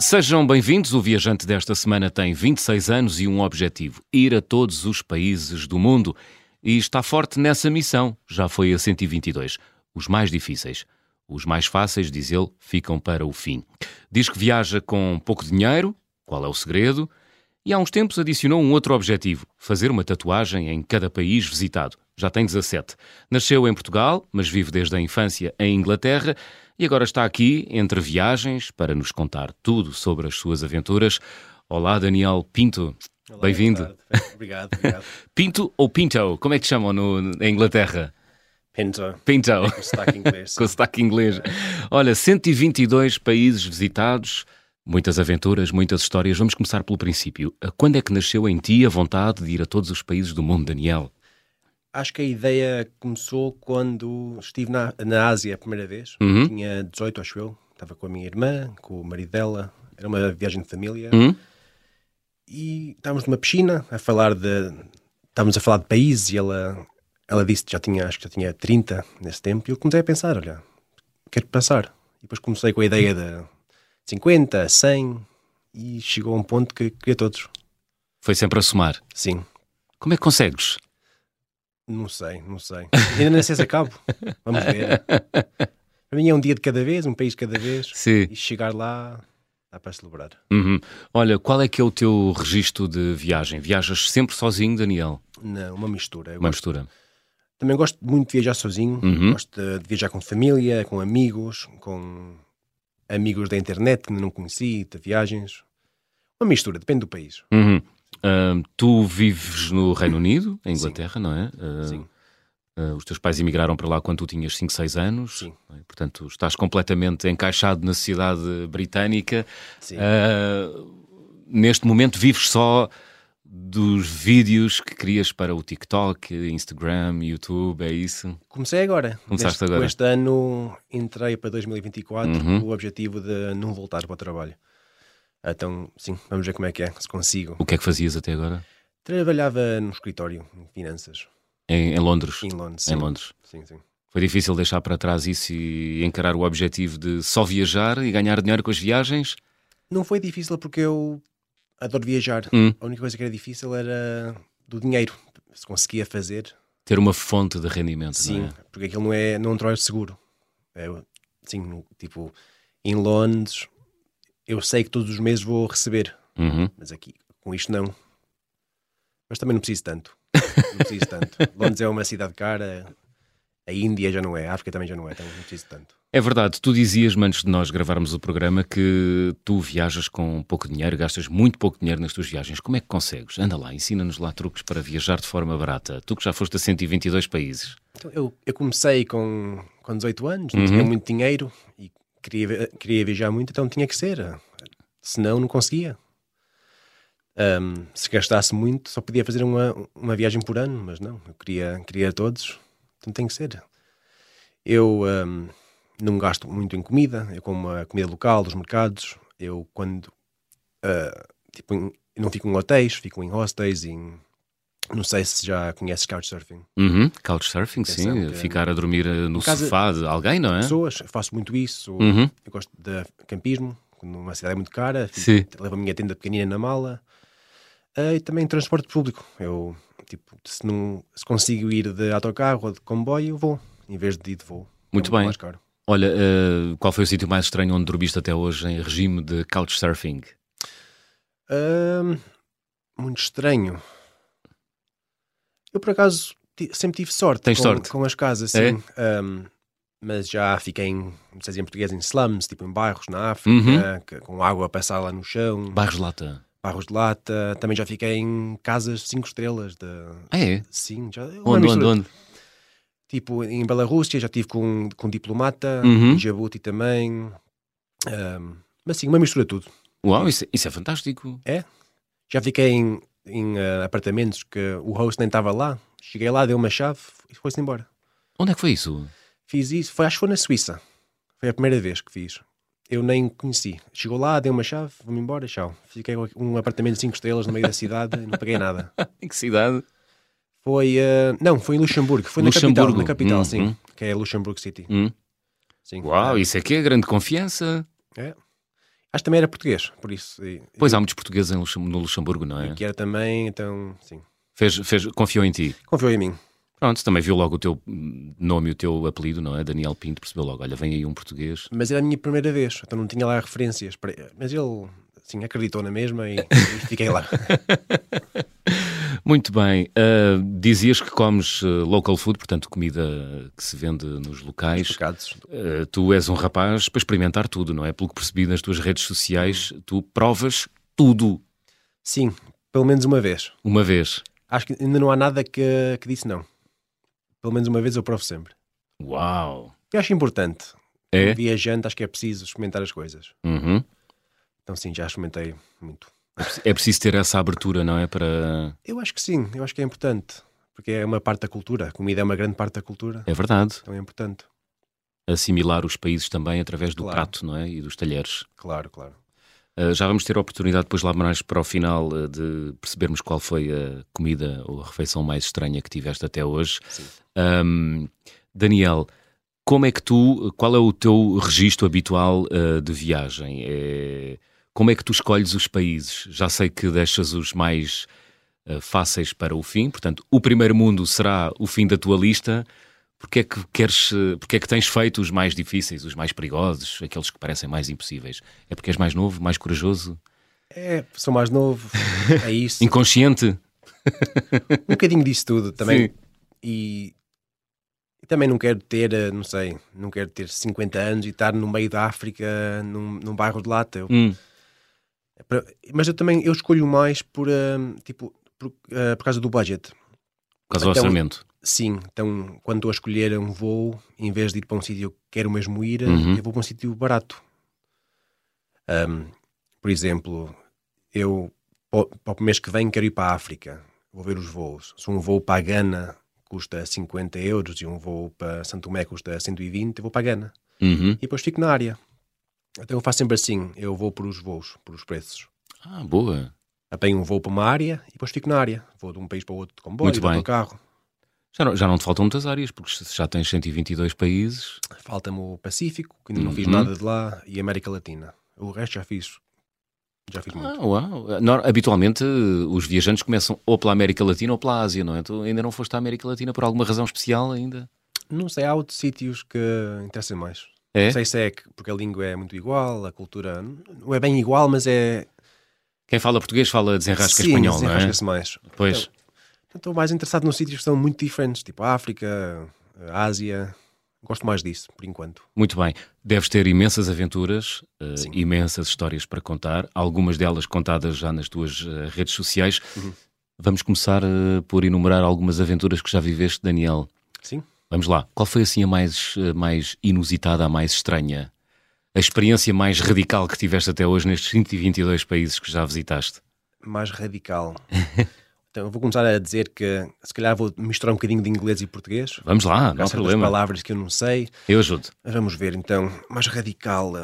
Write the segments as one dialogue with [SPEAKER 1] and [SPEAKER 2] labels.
[SPEAKER 1] Sejam bem-vindos. O viajante desta semana tem 26 anos e um objetivo: ir a todos os países do mundo. E está forte nessa missão. Já foi a 122. Os mais difíceis. Os mais fáceis, diz ele, ficam para o fim. Diz que viaja com pouco dinheiro. Qual é o segredo? E há uns tempos adicionou um outro objetivo: fazer uma tatuagem em cada país visitado. Já tem 17. Nasceu em Portugal, mas vive desde a infância em Inglaterra e agora está aqui, entre viagens, para nos contar tudo sobre as suas aventuras. Olá, Daniel Pinto.
[SPEAKER 2] Olá,
[SPEAKER 1] Bem-vindo.
[SPEAKER 2] boa tarde. Obrigado, obrigado.
[SPEAKER 1] Pinto ou Pinto? Como é que te chamam no, na Inglaterra?
[SPEAKER 2] Pinto,
[SPEAKER 1] Pinto,
[SPEAKER 2] com sotaque inglês.
[SPEAKER 1] com sotaque inglês. Olha, 122 países visitados, muitas aventuras, muitas histórias. Vamos começar pelo princípio. Quando é que nasceu em ti a vontade de ir a todos os países do mundo, Daniel?
[SPEAKER 2] Acho que a ideia começou quando estive na, na Ásia a primeira vez.
[SPEAKER 1] Uhum.
[SPEAKER 2] Tinha 18, acho eu. Estava com a minha irmã, com o marido dela. Era uma viagem de família.
[SPEAKER 1] Hum?
[SPEAKER 2] E estávamos numa piscina a falar de... Estávamos a falar de países e ela, ela disse que já tinha, acho que já tinha 30 nesse tempo. E eu comecei a pensar, olha, quero passar. E depois comecei com a ideia de 50, 100 e chegou a um ponto que queria todos.
[SPEAKER 1] Foi sempre a somar.
[SPEAKER 2] Sim.
[SPEAKER 1] Como é que consegues?
[SPEAKER 2] Não sei, não sei. Ainda nem sei se acabo. Vamos ver. Para mim é um dia de cada vez, um país de cada vez.
[SPEAKER 1] Sim.
[SPEAKER 2] E chegar lá dá para celebrar.
[SPEAKER 1] Uhum. Olha, qual é que é o teu registro de viagem? Viajas sempre sozinho, Daniel?
[SPEAKER 2] Não, uma mistura. Eu
[SPEAKER 1] Uma
[SPEAKER 2] gosto-
[SPEAKER 1] mistura.
[SPEAKER 2] Também gosto muito de viajar sozinho.
[SPEAKER 1] Uhum.
[SPEAKER 2] Gosto de, de viajar com família, com amigos, com amigos da internet que ainda não conheci, de viagens. Uma mistura, depende do país.
[SPEAKER 1] Uhum. Ahm, tu vives no Reino Unido, em Inglaterra, não é? Ah,
[SPEAKER 2] Sim.
[SPEAKER 1] ah, os teus pais emigraram para lá quando tu tinhas 5, 6 anos.
[SPEAKER 2] Sim.
[SPEAKER 1] não é? Portanto, estás completamente encaixado na sociedade britânica.
[SPEAKER 2] Sim.
[SPEAKER 1] Ah, neste momento vives só dos vídeos que crias para o TikTok, Instagram, YouTube, é isso?
[SPEAKER 2] Comecei agora.
[SPEAKER 1] Começaste
[SPEAKER 2] Neste-
[SPEAKER 1] agora.
[SPEAKER 2] Este ano entrei para 2024
[SPEAKER 1] Uhum.
[SPEAKER 2] com o objetivo de não voltar para o trabalho. Então, sim, vamos ver como é que é, se consigo.
[SPEAKER 1] O que é que fazias até agora?
[SPEAKER 2] Trabalhava no escritório, em finanças,
[SPEAKER 1] Em, em Londres.
[SPEAKER 2] em Londres.
[SPEAKER 1] Em
[SPEAKER 2] sim.
[SPEAKER 1] Londres.
[SPEAKER 2] Sim, sim.
[SPEAKER 1] Foi difícil deixar para trás isso e encarar o objetivo de só viajar e ganhar dinheiro com as viagens?
[SPEAKER 2] Não foi difícil porque eu adoro viajar.
[SPEAKER 1] Hum.
[SPEAKER 2] A única coisa que era difícil era do dinheiro. Se conseguia fazer,
[SPEAKER 1] Ter uma fonte de rendimento,
[SPEAKER 2] sim,
[SPEAKER 1] não é?
[SPEAKER 2] porque aquilo não é, não é um trabalho seguro. É, sim, no- tipo, em Londres, eu sei que todos os meses vou receber,
[SPEAKER 1] Uhum.
[SPEAKER 2] mas aqui, com isto não. Mas também não preciso tanto. Não preciso tanto. Londres é uma cidade cara, a Índia já não é, a África também já não é, então não preciso tanto.
[SPEAKER 1] É verdade, tu dizias-me antes de nós gravarmos o programa que tu viajas com pouco dinheiro, gastas muito pouco dinheiro nas tuas viagens. Como é que consegues? Anda lá, ensina-nos lá truques para viajar de forma barata. Tu que já foste a 122 países.
[SPEAKER 2] Então, eu, eu comecei com, com 18 anos, não tinha muito dinheiro e queria, vi- queria viajar muito, então tinha que ser. Senão, não conseguia. Ahm, se gastasse muito, só podia fazer uma, uma viagem por ano, mas não, eu queria, queria todos, então tem que ser. Eu ahm, não gasto muito em comida, eu como a comida local, dos mercados, eu quando. ah, tipo, em- não fico em hotéis, fico em hostels, em. Não sei se já conheces Couchsurfing.
[SPEAKER 1] Uhum. Couchsurfing,
[SPEAKER 2] Atenção,
[SPEAKER 1] sim.
[SPEAKER 2] que-
[SPEAKER 1] Ficar a dormir eh, no
[SPEAKER 2] casa-
[SPEAKER 1] sofá de alguém, não é?
[SPEAKER 2] pessoas, eu faço muito isso.
[SPEAKER 1] Uhum.
[SPEAKER 2] Eu gosto de campismo, quando uma cidade é muito cara, fico-
[SPEAKER 1] Sim.
[SPEAKER 2] levo a minha tenda pequenina na mala. Ah, e também transporte público. Eu, tipo, se, não, se consigo ir de autocarro ou de comboio, eu vou, em vez de ir de voo. É
[SPEAKER 1] Muito bem.
[SPEAKER 2] mais caro.
[SPEAKER 1] Olha, eh, qual foi o sítio mais estranho onde dormiste até hoje em regime de couchsurfing?
[SPEAKER 2] Ahm, muito estranho. Eu, por acaso, ti- sempre tive sorte,
[SPEAKER 1] Tens
[SPEAKER 2] com,
[SPEAKER 1] sorte?
[SPEAKER 2] com as casas,
[SPEAKER 1] É?
[SPEAKER 2] sim. Ahm, mas já fiquei, em, não sei se é em português, em slums, tipo em bairros na África,
[SPEAKER 1] Uhum.
[SPEAKER 2] que- com água a passar lá no chão.
[SPEAKER 1] Bairros de Lata.
[SPEAKER 2] Barros de Lata, também já fiquei em casas 5 estrelas de
[SPEAKER 1] Ah, é?
[SPEAKER 2] sim, já uma
[SPEAKER 1] Onde, onde,
[SPEAKER 2] mistura.
[SPEAKER 1] onde?
[SPEAKER 2] tipo em Belarússia já tive com com um diplomata,
[SPEAKER 1] Uhum.
[SPEAKER 2] em Djibouti também. Ahm, mas sim, uma mistura de tudo.
[SPEAKER 1] Uau, isso, isso é fantástico.
[SPEAKER 2] Já fiquei em, em, ah, apartamentos que o host nem estava lá. Cheguei lá, deu uma chave e foi-se embora.
[SPEAKER 1] Onde é que foi isso?
[SPEAKER 2] Fiz isso, foi, acho que foi na Suíça. Foi a primeira vez que fiz. Eu nem conheci. Chegou lá, deu uma chave, vou-me embora, tchau. Fiquei com um apartamento de 5 estrelas no meio da cidade e não paguei nada.
[SPEAKER 1] Em que cidade?
[SPEAKER 2] Foi. eh, não, foi em Luxemburgo. Foi
[SPEAKER 1] Luxemburgo.
[SPEAKER 2] na capital, na capital
[SPEAKER 1] Uhum.
[SPEAKER 2] sim. Que é Luxemburgo City.
[SPEAKER 1] Hum.
[SPEAKER 2] Sim.
[SPEAKER 1] Uau,
[SPEAKER 2] Eh,
[SPEAKER 1] isso aqui é grande confiança.
[SPEAKER 2] Acho que também era português, por isso. E,
[SPEAKER 1] Pois há muitos portugueses em Luxem- no Luxemburgo, não é?
[SPEAKER 2] e que era também, então, sim.
[SPEAKER 1] Fez, fez, confiou em ti.
[SPEAKER 2] Confiou em mim.
[SPEAKER 1] Pronto, também viu logo o teu hum, nome e o teu apelido, não é? Daniel Pinto percebeu logo, olha, vem aí um português.
[SPEAKER 2] Mas era a minha primeira vez, então não tinha lá referências. para- Mas ele, assim, acreditou na mesma e, e fiquei lá.
[SPEAKER 1] Muito bem. ah, dizias que comes ah, local food, portanto, comida que se vende nos locais.
[SPEAKER 2] Bocados.
[SPEAKER 1] Ah, tu és um rapaz para experimentar tudo, não é? Pelo que percebi nas tuas redes sociais, tu provas tudo
[SPEAKER 2] Sim, pelo menos uma vez.
[SPEAKER 1] uma vez.
[SPEAKER 2] Acho que ainda não há nada que, que disse não. Pelo menos uma vez eu provo sempre.
[SPEAKER 1] Uau!
[SPEAKER 2] Eu acho importante.
[SPEAKER 1] É?
[SPEAKER 2] Viajante, acho que é preciso experimentar as coisas.
[SPEAKER 1] Uhum.
[SPEAKER 2] Então, sim, já experimentei muito.
[SPEAKER 1] É preciso ter essa abertura, não é? Para.
[SPEAKER 2] Eu acho que sim, eu acho que é importante. Porque é uma parte da cultura. A comida é uma grande parte da cultura.
[SPEAKER 1] É verdade.
[SPEAKER 2] Então é importante.
[SPEAKER 1] Assimilar os países também através do
[SPEAKER 2] Claro.
[SPEAKER 1] prato, não é? E dos talheres.
[SPEAKER 2] Claro, claro.
[SPEAKER 1] Ah, já vamos ter a oportunidade depois lá mais para o final ah, de percebermos qual foi a comida ou a refeição mais estranha que tiveste até hoje.
[SPEAKER 2] Sim.
[SPEAKER 1] Ahm, Daniel, como é que tu, qual é o teu registro habitual ah, de viagem? É, como é que tu escolhes os países? Já sei que deixas os mais ah, fáceis para o fim, portanto, o primeiro mundo será o fim da tua lista. Porque é, que queres, ah, porque é que tens feito os mais difíceis, os mais perigosos, aqueles que parecem mais impossíveis? É porque és mais novo, mais corajoso,
[SPEAKER 2] É, sou mais novo. É isso.
[SPEAKER 1] inconsciente?
[SPEAKER 2] um bocadinho disso tudo também.
[SPEAKER 1] Sim.
[SPEAKER 2] E, e também não quero ter, eh, não sei, não quero ter 50 anos e estar no meio da África, num, num bairro de lata. Eu-
[SPEAKER 1] Hum,
[SPEAKER 2] é pra- mas eu também eu escolho mais por, eh, tipo, por, eh, por causa do budget.
[SPEAKER 1] por causa do
[SPEAKER 2] Então-
[SPEAKER 1] orçamento.
[SPEAKER 2] Sim, então quando estou a escolher um voo, em vez de ir para um sítio que eu quero mesmo ir, eh,
[SPEAKER 1] Uhum.
[SPEAKER 2] eu vou para um sítio barato. Ahm, por exemplo, eu po- para o mês que vem quero ir para a África. Vou ver os voos. Se um voo para a Gana custa 50 euros e um voo para Santo Tomé custa 120, eu vou para a Gana.
[SPEAKER 1] Uhum.
[SPEAKER 2] E depois fico na área. Então eu faço sempre assim, eu vou por os voos, por os preços.
[SPEAKER 1] Ah, boa.
[SPEAKER 2] Apanho um voo para uma área e depois fico na área. Vou de um país para o outro de comboio,
[SPEAKER 1] Muito
[SPEAKER 2] de
[SPEAKER 1] bem.
[SPEAKER 2] autocarro.
[SPEAKER 1] Já não, já não te faltam muitas áreas, porque se já tens 122 países.
[SPEAKER 2] Falta-me o Pacífico, que ainda não fiz
[SPEAKER 1] Uhum.
[SPEAKER 2] nada de lá, e América Latina. O resto já fiz. Já fiz muito.
[SPEAKER 1] Ah, uau. Nor- habitualmente eh, os viajantes começam ou pela América Latina ou pela Ásia, não é? Tu ainda não foste à América Latina por alguma razão especial ainda?
[SPEAKER 2] Não sei, há outros sítios que interessam mais.
[SPEAKER 1] É?
[SPEAKER 2] Não sei se é que- porque a língua é muito igual, a cultura n- não é bem igual, mas é.
[SPEAKER 1] Quem fala português fala desenrasca
[SPEAKER 2] Sim,
[SPEAKER 1] espanhol, não é?
[SPEAKER 2] desenrasca-se mais.
[SPEAKER 1] Pois.
[SPEAKER 2] Então, Estou mais interessado nos sítios que são muito diferentes, tipo a África, a Ásia. Gosto mais disso, por enquanto.
[SPEAKER 1] Muito bem. Deves ter imensas aventuras, eh,
[SPEAKER 2] Sim.
[SPEAKER 1] imensas histórias para contar, algumas delas contadas já nas tuas eh, redes sociais. Vamos começar eh, por enumerar algumas aventuras que já viveste, Daniel.
[SPEAKER 2] Sim.
[SPEAKER 1] Vamos lá. Qual foi assim a mais, eh, mais inusitada, a mais estranha? A experiência mais radical que tiveste até hoje nestes 122 países que já visitaste?
[SPEAKER 2] Mais radical. então, eu vou começar a dizer que se calhar vou misturar um bocadinho de inglês e português.
[SPEAKER 1] Vamos lá, não
[SPEAKER 2] Há
[SPEAKER 1] há
[SPEAKER 2] certas
[SPEAKER 1] problema.
[SPEAKER 2] palavras que eu não sei.
[SPEAKER 1] Eu ajudo.
[SPEAKER 2] Mas Vamos ver então, mais radical.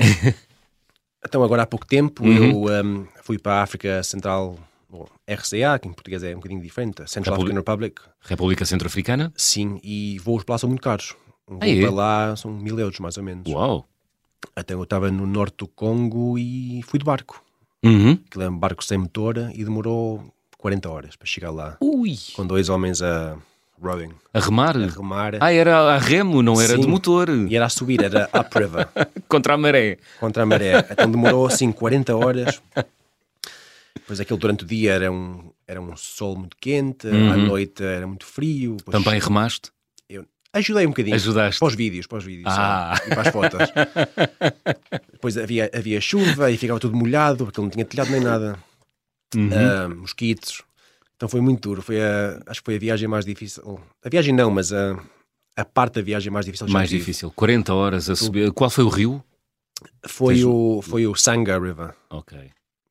[SPEAKER 2] então, agora há pouco tempo
[SPEAKER 1] Uhum.
[SPEAKER 2] eu um, fui para a África Central, ou RCA, que em português é um bocadinho diferente, Central
[SPEAKER 1] Republic-
[SPEAKER 2] African Republic.
[SPEAKER 1] República Centro-Africana?
[SPEAKER 2] Sim, e voos para lá são muito caros. Um voo
[SPEAKER 1] Ah, é?
[SPEAKER 2] para lá são mil euros, mais ou menos.
[SPEAKER 1] Uau!
[SPEAKER 2] Até eu estava no norte do Congo e fui de barco.
[SPEAKER 1] Uhum.
[SPEAKER 2] Aquilo é um barco sem motor e demorou 40 horas para chegar lá.
[SPEAKER 1] Ui!
[SPEAKER 2] Com dois homens a rowing,
[SPEAKER 1] A remar?
[SPEAKER 2] a remar.
[SPEAKER 1] Ah, era a remo, não era
[SPEAKER 2] Sim.
[SPEAKER 1] de motor.
[SPEAKER 2] E era a subir, era upriver.
[SPEAKER 1] Contra a maré.
[SPEAKER 2] contra a maré. Então demorou assim 40 horas. Depois aquilo durante o dia era um, era um sol muito quente, à noite era muito frio. Depois
[SPEAKER 1] Uhum. Também remaste?
[SPEAKER 2] Eu ajudei um bocadinho.
[SPEAKER 1] Ajudaste.
[SPEAKER 2] Para os vídeos, para os vídeos.
[SPEAKER 1] Ah.
[SPEAKER 2] sabe? E para as fotos. Depois havia, havia chuva e ficava tudo molhado, porque ele não tinha telhado nem nada.
[SPEAKER 1] Uhum.
[SPEAKER 2] Ah, mosquitos. Então foi muito duro. Foi a, acho que foi a viagem mais difícil. A viagem não, mas a, a parte da viagem mais difícil. que já
[SPEAKER 1] Mais
[SPEAKER 2] tive.
[SPEAKER 1] difícil. 40 horas a subir. Qual foi o rio?
[SPEAKER 2] Foi
[SPEAKER 1] Tens- um
[SPEAKER 2] o, foi o Sanga River,
[SPEAKER 1] Ok.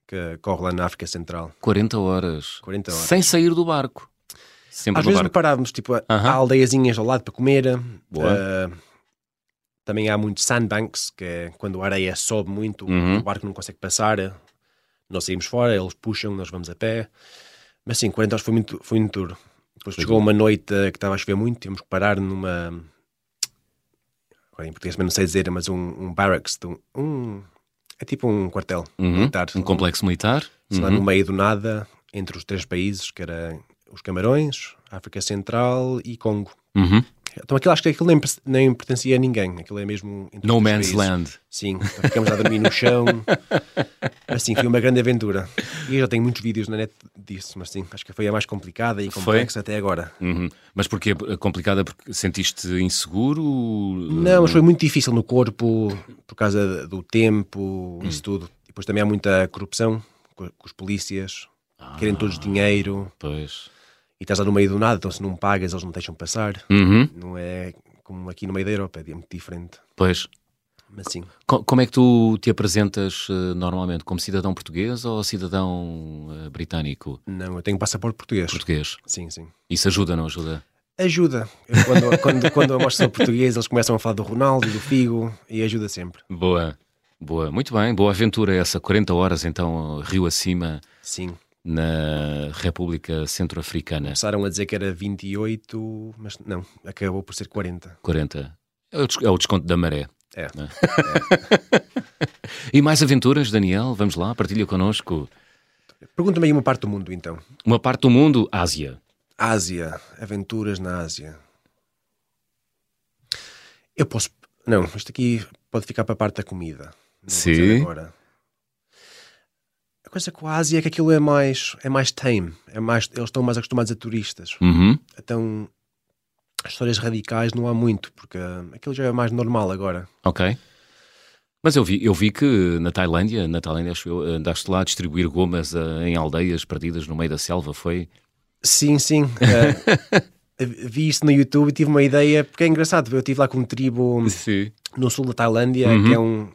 [SPEAKER 2] que corre lá na África Central.
[SPEAKER 1] 40 horas.
[SPEAKER 2] 40 horas.
[SPEAKER 1] Sem sair do barco. Sempre
[SPEAKER 2] Às
[SPEAKER 1] no
[SPEAKER 2] vezes
[SPEAKER 1] barco.
[SPEAKER 2] parávamos, tipo, há
[SPEAKER 1] Aham.
[SPEAKER 2] aldeiazinhas ao lado para comer.
[SPEAKER 1] Boa.
[SPEAKER 2] Ah, também há muitos sandbanks, que é quando a areia sobe muito,
[SPEAKER 1] Uhum.
[SPEAKER 2] o barco não consegue passar. Nós saímos fora, eles puxam, nós vamos a pé. Mas sim, 40 horas foi muito, foi muito duro. Depois
[SPEAKER 1] Foi
[SPEAKER 2] chegou uma noite ah, que estava a chover muito, tivemos que parar numa. Agora em português também não sei dizer, mas um, um barracks, de um, um É tipo um quartel
[SPEAKER 1] Uhum.
[SPEAKER 2] militar.
[SPEAKER 1] Um complexo militar.
[SPEAKER 2] Sei lá,
[SPEAKER 1] Uhum.
[SPEAKER 2] no meio do nada, entre os três países, que era os Camarões, África Central e Congo.
[SPEAKER 1] Uhum.
[SPEAKER 2] Então aquilo acho que aquilo nem, per- nem pertencia a ninguém. Aquilo é mesmo. entre
[SPEAKER 1] No
[SPEAKER 2] os três
[SPEAKER 1] man's
[SPEAKER 2] países.
[SPEAKER 1] land.
[SPEAKER 2] Sim, então ficamos a dormir no chão. Assim, foi uma grande aventura. E eu já tenho muitos vídeos na net disso, mas sim, acho que foi a mais complicada e complexa até agora.
[SPEAKER 1] Uhum. Mas porquê é complicada? Porque sentiste inseguro? Hum.
[SPEAKER 2] Não, mas foi muito difícil no corpo, por causa do tempo,
[SPEAKER 1] Hum.
[SPEAKER 2] isso tudo. Depois também há muita corrupção co- com os polícias,
[SPEAKER 1] Ah.
[SPEAKER 2] querem todos dinheiro
[SPEAKER 1] Pois.
[SPEAKER 2] e estás lá no meio do nada, então se não pagas eles não te deixam passar.
[SPEAKER 1] Uhum.
[SPEAKER 2] Não é como aqui no meio da Europa, é muito diferente.
[SPEAKER 1] Pois.
[SPEAKER 2] Mas sim,
[SPEAKER 1] Co- Como é que tu te apresentas eh, normalmente? Como cidadão português ou cidadão eh, britânico
[SPEAKER 2] não, eu tenho passaporte português.
[SPEAKER 1] português?
[SPEAKER 2] Sim, sim.
[SPEAKER 1] Isso ajuda, não ajuda?
[SPEAKER 2] Ajuda. Eu, Quando, quando, quando eu mostro o português, eles começam a falar do Ronaldo, do Figo e ajuda sempre.
[SPEAKER 1] Boa. Boa. Muito bem. Boa aventura essa. 40 horas, então, rio acima
[SPEAKER 2] Sim.
[SPEAKER 1] na República Centro-Africana.
[SPEAKER 2] Começaram a dizer que era 28, mas não, acabou por ser 40.
[SPEAKER 1] 40. É o des- é o desconto da maré.
[SPEAKER 2] É.
[SPEAKER 1] Né? e mais aventuras, Daniel? Vamos lá, partilha connosco.
[SPEAKER 2] Pergunta-me aí uma parte do mundo então.
[SPEAKER 1] Uma parte do mundo, Ásia.
[SPEAKER 2] Ásia, aventuras na Ásia. Eu posso. Não, isto aqui pode ficar para a parte da comida. Não vou
[SPEAKER 1] Sim.
[SPEAKER 2] dizer Agora. A coisa com a Ásia é que aquilo é mais, é mais tame, é mais, eles estão mais acostumados a turistas.
[SPEAKER 1] Uhum.
[SPEAKER 2] Então, as histórias radicais não há muito, porque hum, aquilo já é mais normal agora.
[SPEAKER 1] Ok. Mas eu vi, eu vi que na Tailândia, na Tailândia acho eu, andaste lá a distribuir gomas eh, em aldeias perdidas no meio da selva, foi?
[SPEAKER 2] Sim, sim. eh, vi isso no YouTube e tive uma ideia, porque é engraçado. Eu estive lá com um tribo.
[SPEAKER 1] Sim.
[SPEAKER 2] no sul da Tailândia,
[SPEAKER 1] Uhum.
[SPEAKER 2] que é um.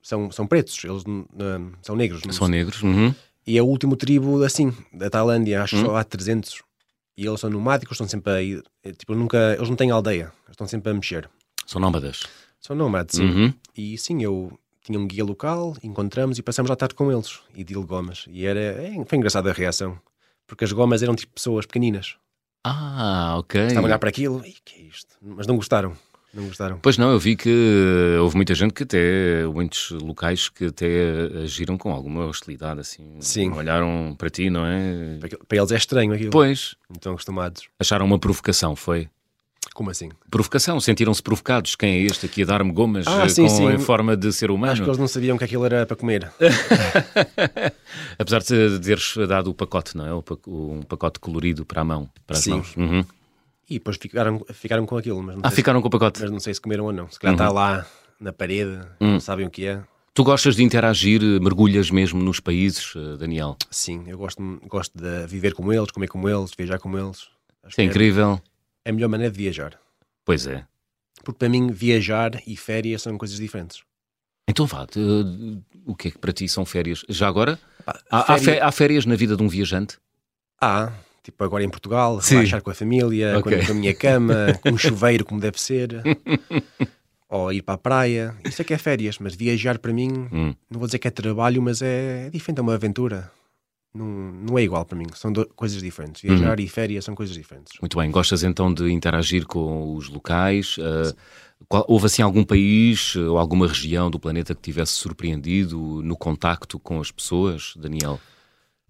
[SPEAKER 2] São, são pretos, eles hum, hum, são negros. não
[SPEAKER 1] São
[SPEAKER 2] sei.
[SPEAKER 1] negros? Uhum.
[SPEAKER 2] E é o último tribo, assim, da Tailândia, acho que só há 300. E eles são nomádicos, estão sempre a ir. é, Tipo, nunca, eles não têm aldeia, eles estão sempre a mexer.
[SPEAKER 1] São nómadas.
[SPEAKER 2] São nómadas, sim.
[SPEAKER 1] Uhum.
[SPEAKER 2] E sim, eu tinha um guia local, encontramos e passamos lá tarde com eles. E de gomas. E era, é, foi engraçada a reação. Porque as gomas eram tipo pessoas pequeninas.
[SPEAKER 1] Ah, ok.
[SPEAKER 2] Estavam a olhar para aquilo, e que é isto? Mas não gostaram. Não gostaram.
[SPEAKER 1] Pois não, eu vi que eh, houve muita gente que até, muitos locais que até eh, agiram com alguma hostilidade, assim.
[SPEAKER 2] Sim.
[SPEAKER 1] Olharam para ti, não é?
[SPEAKER 2] Para aquilo- Para eles é estranho aquilo.
[SPEAKER 1] Pois,
[SPEAKER 2] Não estão acostumados.
[SPEAKER 1] acharam uma provocação, foi?
[SPEAKER 2] Como assim?
[SPEAKER 1] Provocação, sentiram-se provocados. Quem é este aqui a dar-me gomas
[SPEAKER 2] Ah,
[SPEAKER 1] eh,
[SPEAKER 2] sim,
[SPEAKER 1] com,
[SPEAKER 2] sim.
[SPEAKER 1] em forma de ser
[SPEAKER 2] Acho que
[SPEAKER 1] humano?
[SPEAKER 2] eles não sabiam que aquilo era para comer.
[SPEAKER 1] Apesar de teres dado o pacote, não é? O pac- Um pacote colorido para a mão, para as
[SPEAKER 2] Sim.
[SPEAKER 1] mãos. Uhum.
[SPEAKER 2] E depois ficaram, ficaram com aquilo, mas não,
[SPEAKER 1] Ah, Uhum.
[SPEAKER 2] sei
[SPEAKER 1] ficaram com o
[SPEAKER 2] se,
[SPEAKER 1] pacote.
[SPEAKER 2] mas não sei se comeram ou não. Se calhar está lá na parede,
[SPEAKER 1] Hum.
[SPEAKER 2] não sabem o que é.
[SPEAKER 1] Tu gostas de interagir, eh, mergulhas mesmo nos países, eh, Daniel?
[SPEAKER 2] Sim, eu gosto, gosto de viver com eles, comer com eles, viajar com eles. Acho
[SPEAKER 1] Isso é
[SPEAKER 2] que
[SPEAKER 1] incrível.
[SPEAKER 2] É a melhor maneira de viajar.
[SPEAKER 1] Pois é.
[SPEAKER 2] Porque para mim, viajar e férias são coisas diferentes.
[SPEAKER 1] Então vá, te- o que é que para ti são férias? Já agora?
[SPEAKER 2] Pá,
[SPEAKER 1] Há, há fe-
[SPEAKER 2] férias-
[SPEAKER 1] há férias na vida de um viajante?
[SPEAKER 2] Há, tipo agora em Portugal,
[SPEAKER 1] Sim.
[SPEAKER 2] relaxar com a família,
[SPEAKER 1] Ok.
[SPEAKER 2] com, com a minha cama, com um chuveiro como deve ser. Ou ir para a praia, isso é que é férias, mas viajar para mim
[SPEAKER 1] Hum.
[SPEAKER 2] não vou dizer que é trabalho, mas é, é diferente, é uma aventura. Não, não é igual para mim, são do- coisas diferentes.
[SPEAKER 1] Uhum.
[SPEAKER 2] Viajar e férias são coisas diferentes.
[SPEAKER 1] Muito bem, gostas então de interagir com os locais? Ah, qual- houve assim algum país ah, ou alguma região do planeta que tivesse surpreendido no contacto com as pessoas, Daniel?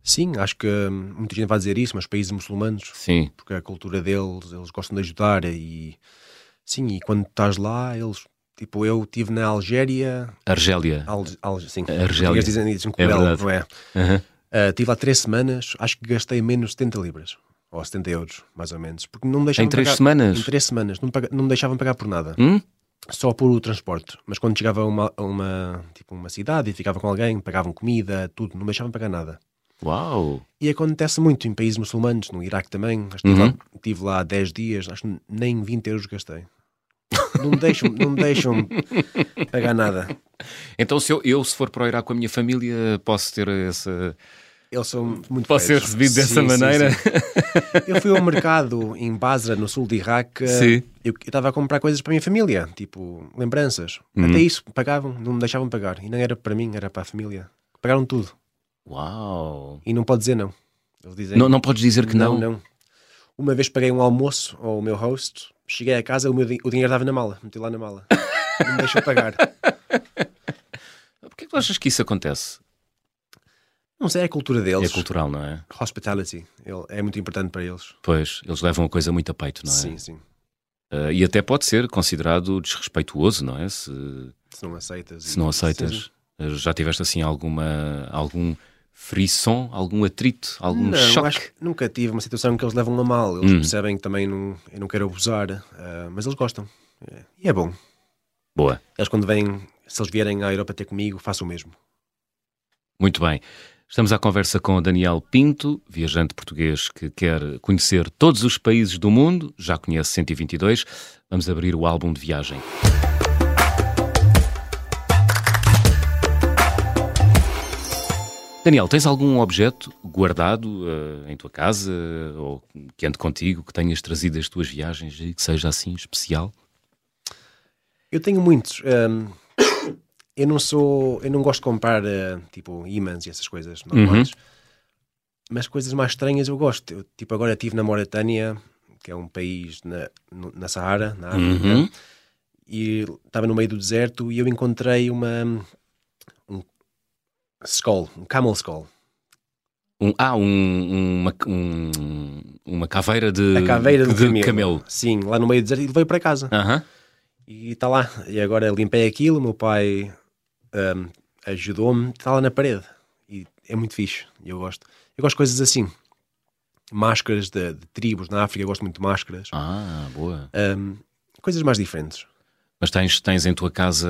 [SPEAKER 2] Sim, acho que hum, muita gente vai dizer isso, mas países muçulmanos,
[SPEAKER 1] Sim.
[SPEAKER 2] porque a cultura deles, eles gostam de ajudar e sim, e quando estás lá, eles tipo, eu estive na Algéria,
[SPEAKER 1] Argélia.
[SPEAKER 2] Al, Al, sim,
[SPEAKER 1] Argélia.
[SPEAKER 2] os portugueses dizem, dizem que
[SPEAKER 1] É
[SPEAKER 2] belo,
[SPEAKER 1] verdade.
[SPEAKER 2] não é?
[SPEAKER 1] Aham.
[SPEAKER 2] Estive lá três semanas, acho que gastei menos de 70 libras, ou 70 euros, mais ou menos, porque não me deixavam
[SPEAKER 1] Em três
[SPEAKER 2] pagar-
[SPEAKER 1] semanas?
[SPEAKER 2] Em três semanas, não me, paga- não me deixavam pagar por nada.
[SPEAKER 1] Hum?
[SPEAKER 2] só por o transporte. Mas quando chegava a uma, a uma, tipo, uma cidade e ficava com alguém, pagavam comida, tudo, não deixavam pagar nada.
[SPEAKER 1] Uau!
[SPEAKER 2] E acontece muito em países muçulmanos, no Iraque também. Acho que Estive, lá,
[SPEAKER 1] Uhum.
[SPEAKER 2] estive lá 10 dias, acho que nem 20 euros gastei. Não me deixam, não me deixam pagar nada.
[SPEAKER 1] Então se eu, eu, se for para o Iraque com a minha família, posso ter essa...
[SPEAKER 2] Eles são muito
[SPEAKER 1] Posso Hum, ser
[SPEAKER 2] feios.
[SPEAKER 1] recebido dessa
[SPEAKER 2] Sim, sim,
[SPEAKER 1] maneira?
[SPEAKER 2] sim. Eu fui ao mercado em Basra, no sul do Iraque.
[SPEAKER 1] Sim.
[SPEAKER 2] Eu eu estava a comprar coisas para a minha família, tipo lembranças.
[SPEAKER 1] Hum.
[SPEAKER 2] Até isso pagavam, não me deixavam pagar. E não era para mim, era para a família. Pagaram tudo.
[SPEAKER 1] Uau!
[SPEAKER 2] E não pode dizer não. Eles dizem
[SPEAKER 1] Não, não podes dizer que não?
[SPEAKER 2] não, não. Uma vez paguei um almoço ao meu host, cheguei a casa, o, meu, din- o dinheiro estava na mala, meti lá na mala. Não me deixou pagar.
[SPEAKER 1] Porquê que tu achas que isso acontece?
[SPEAKER 2] Não sei, é a cultura deles.
[SPEAKER 1] É cultural, não é?
[SPEAKER 2] Hospitality. Ele- é muito importante para eles.
[SPEAKER 1] Pois, eles levam a coisa muito a peito, não é?
[SPEAKER 2] Sim, sim.
[SPEAKER 1] Ah, e até pode ser considerado desrespeituoso, não é? Se,
[SPEAKER 2] Se não aceitas.
[SPEAKER 1] se não aceitas. Ah, Já tiveste assim alguma algum frisson, algum atrito, algum
[SPEAKER 2] Não,
[SPEAKER 1] choque?
[SPEAKER 2] acho que nunca tive uma situação que eles levam a mal. Eles
[SPEAKER 1] Hum.
[SPEAKER 2] percebem que também não, eu não quero abusar, ah, mas eles gostam. É, E é bom.
[SPEAKER 1] Boa,
[SPEAKER 2] Eles quando vêm, se eles vierem à Europa ter comigo, façam o mesmo.
[SPEAKER 1] muito bem. Estamos à conversa com o Daniel Pinto, viajante português que quer conhecer todos os países do mundo, já conhece 122. Vamos abrir o álbum de viagem. Daniel, tens algum objeto guardado eh, em tua casa ou que ande contigo, que tenhas trazido das tuas viagens e que seja assim especial?
[SPEAKER 2] Eu tenho muitos. ahm, eu não sou. Eu não gosto de comprar ah, tipo ímãs e essas coisas
[SPEAKER 1] Uhum.
[SPEAKER 2] normais. Mas coisas mais estranhas eu gosto. Eu, tipo, agora estive na Mauritânia, que é um país na, no- na Sahara, na África,
[SPEAKER 1] Uhum.
[SPEAKER 2] e estava no meio do deserto e eu encontrei uma. um skull, um camel skull.
[SPEAKER 1] Um- ah, um- uma, um- uma caveira de,
[SPEAKER 2] A caveira do
[SPEAKER 1] de
[SPEAKER 2] camelo.
[SPEAKER 1] camelo.
[SPEAKER 2] Sim, lá no meio do deserto e levei para casa.
[SPEAKER 1] Aham.
[SPEAKER 2] E está lá. E agora limpei aquilo, o meu pai ahm, ajudou-me, está lá na parede. E é muito fixe, e eu gosto. Eu gosto de coisas assim. Máscaras de, de tribos na África, eu gosto muito de máscaras.
[SPEAKER 1] Ah, boa.
[SPEAKER 2] Ahm, coisas mais diferentes.
[SPEAKER 1] Mas tens, tens em tua casa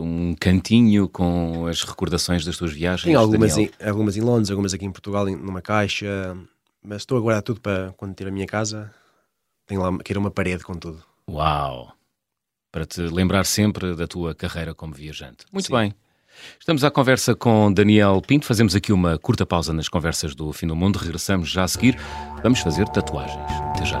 [SPEAKER 1] um cantinho com as recordações das tuas viagens?
[SPEAKER 2] Tem algumas
[SPEAKER 1] Daniel?
[SPEAKER 2] em, algumas em Londres, algumas aqui em Portugal, em- numa caixa. Mas estou a guardar tudo para quando tiver a minha casa. Tenho lá, quero uma parede com tudo.
[SPEAKER 1] Uau! Para te lembrar sempre da tua carreira como viajante. Muito
[SPEAKER 2] Sim.
[SPEAKER 1] bem. Estamos à conversa com Daniel Pinto. Fazemos aqui uma curta pausa nas conversas do Fim do Mundo. Regressamos já a seguir. Vamos fazer tatuagens. Até já.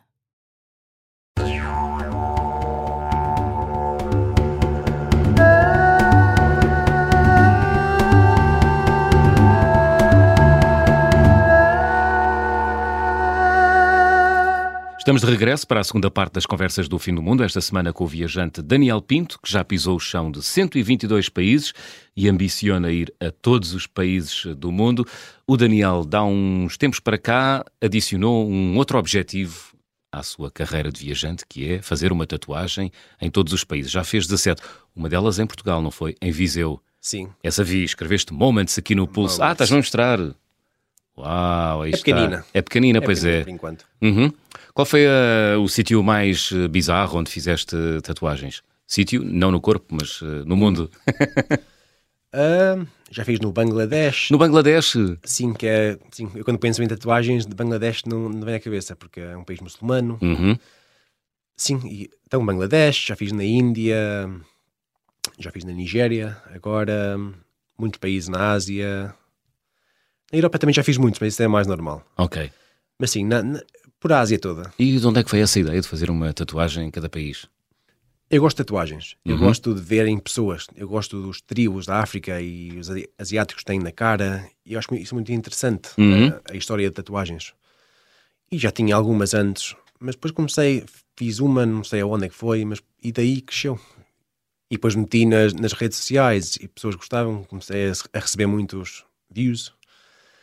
[SPEAKER 1] Estamos de regresso para a segunda parte das conversas do fim do mundo, esta semana com o viajante Daniel Pinto, que já pisou o chão de 122 países e ambiciona ir a todos os países do mundo. O Daniel, dá uns tempos para cá, adicionou um outro objetivo à sua carreira de viajante, que é fazer uma tatuagem em todos os países. Já fez 17, uma delas em Portugal, não foi? Em Viseu.
[SPEAKER 2] Sim,
[SPEAKER 1] Essa vi, escreveste Moments aqui no pulso. Ah,
[SPEAKER 2] Moments.
[SPEAKER 1] estás-me a mostrar. Uau, aí
[SPEAKER 2] É
[SPEAKER 1] está.
[SPEAKER 2] pequenina.
[SPEAKER 1] É pequenina, pois
[SPEAKER 2] pequenino
[SPEAKER 1] é.
[SPEAKER 2] Por enquanto.
[SPEAKER 1] Uhum. Qual foi ah, o sítio mais ah, bizarro onde fizeste tatuagens? Sítio, não no corpo, mas ah, no mundo.
[SPEAKER 2] Ahm, já fiz no Bangladesh,
[SPEAKER 1] No Bangladesh.
[SPEAKER 2] Sim, que é. Sim, eu quando penso em tatuagens de Bangladesh não, não vem à cabeça, porque é um país muçulmano.
[SPEAKER 1] Uhum.
[SPEAKER 2] Sim, e, então Bangladesh, já fiz na Índia, já fiz na Nigéria, agora muitos países na Ásia. Na Europa também já fiz muitos, mas isso é mais normal.
[SPEAKER 1] Ok.
[SPEAKER 2] Mas sim, na- na- por a Ásia toda.
[SPEAKER 1] E de onde é que foi essa ideia de fazer uma tatuagem em cada país?
[SPEAKER 2] Eu gosto de tatuagens, eu
[SPEAKER 1] Uhum.
[SPEAKER 2] gosto de ver em pessoas, eu gosto dos tribos da África e os asi- asiáticos têm na cara, e eu acho isso muito interessante, eh,
[SPEAKER 1] Uhum.
[SPEAKER 2] a- a, história de tatuagens. E já tinha algumas antes, mas depois comecei, fiz uma, não sei aonde é que foi, mas e daí cresceu. E depois meti nas, nas redes sociais e pessoas gostavam, comecei a, se- a receber muitos views.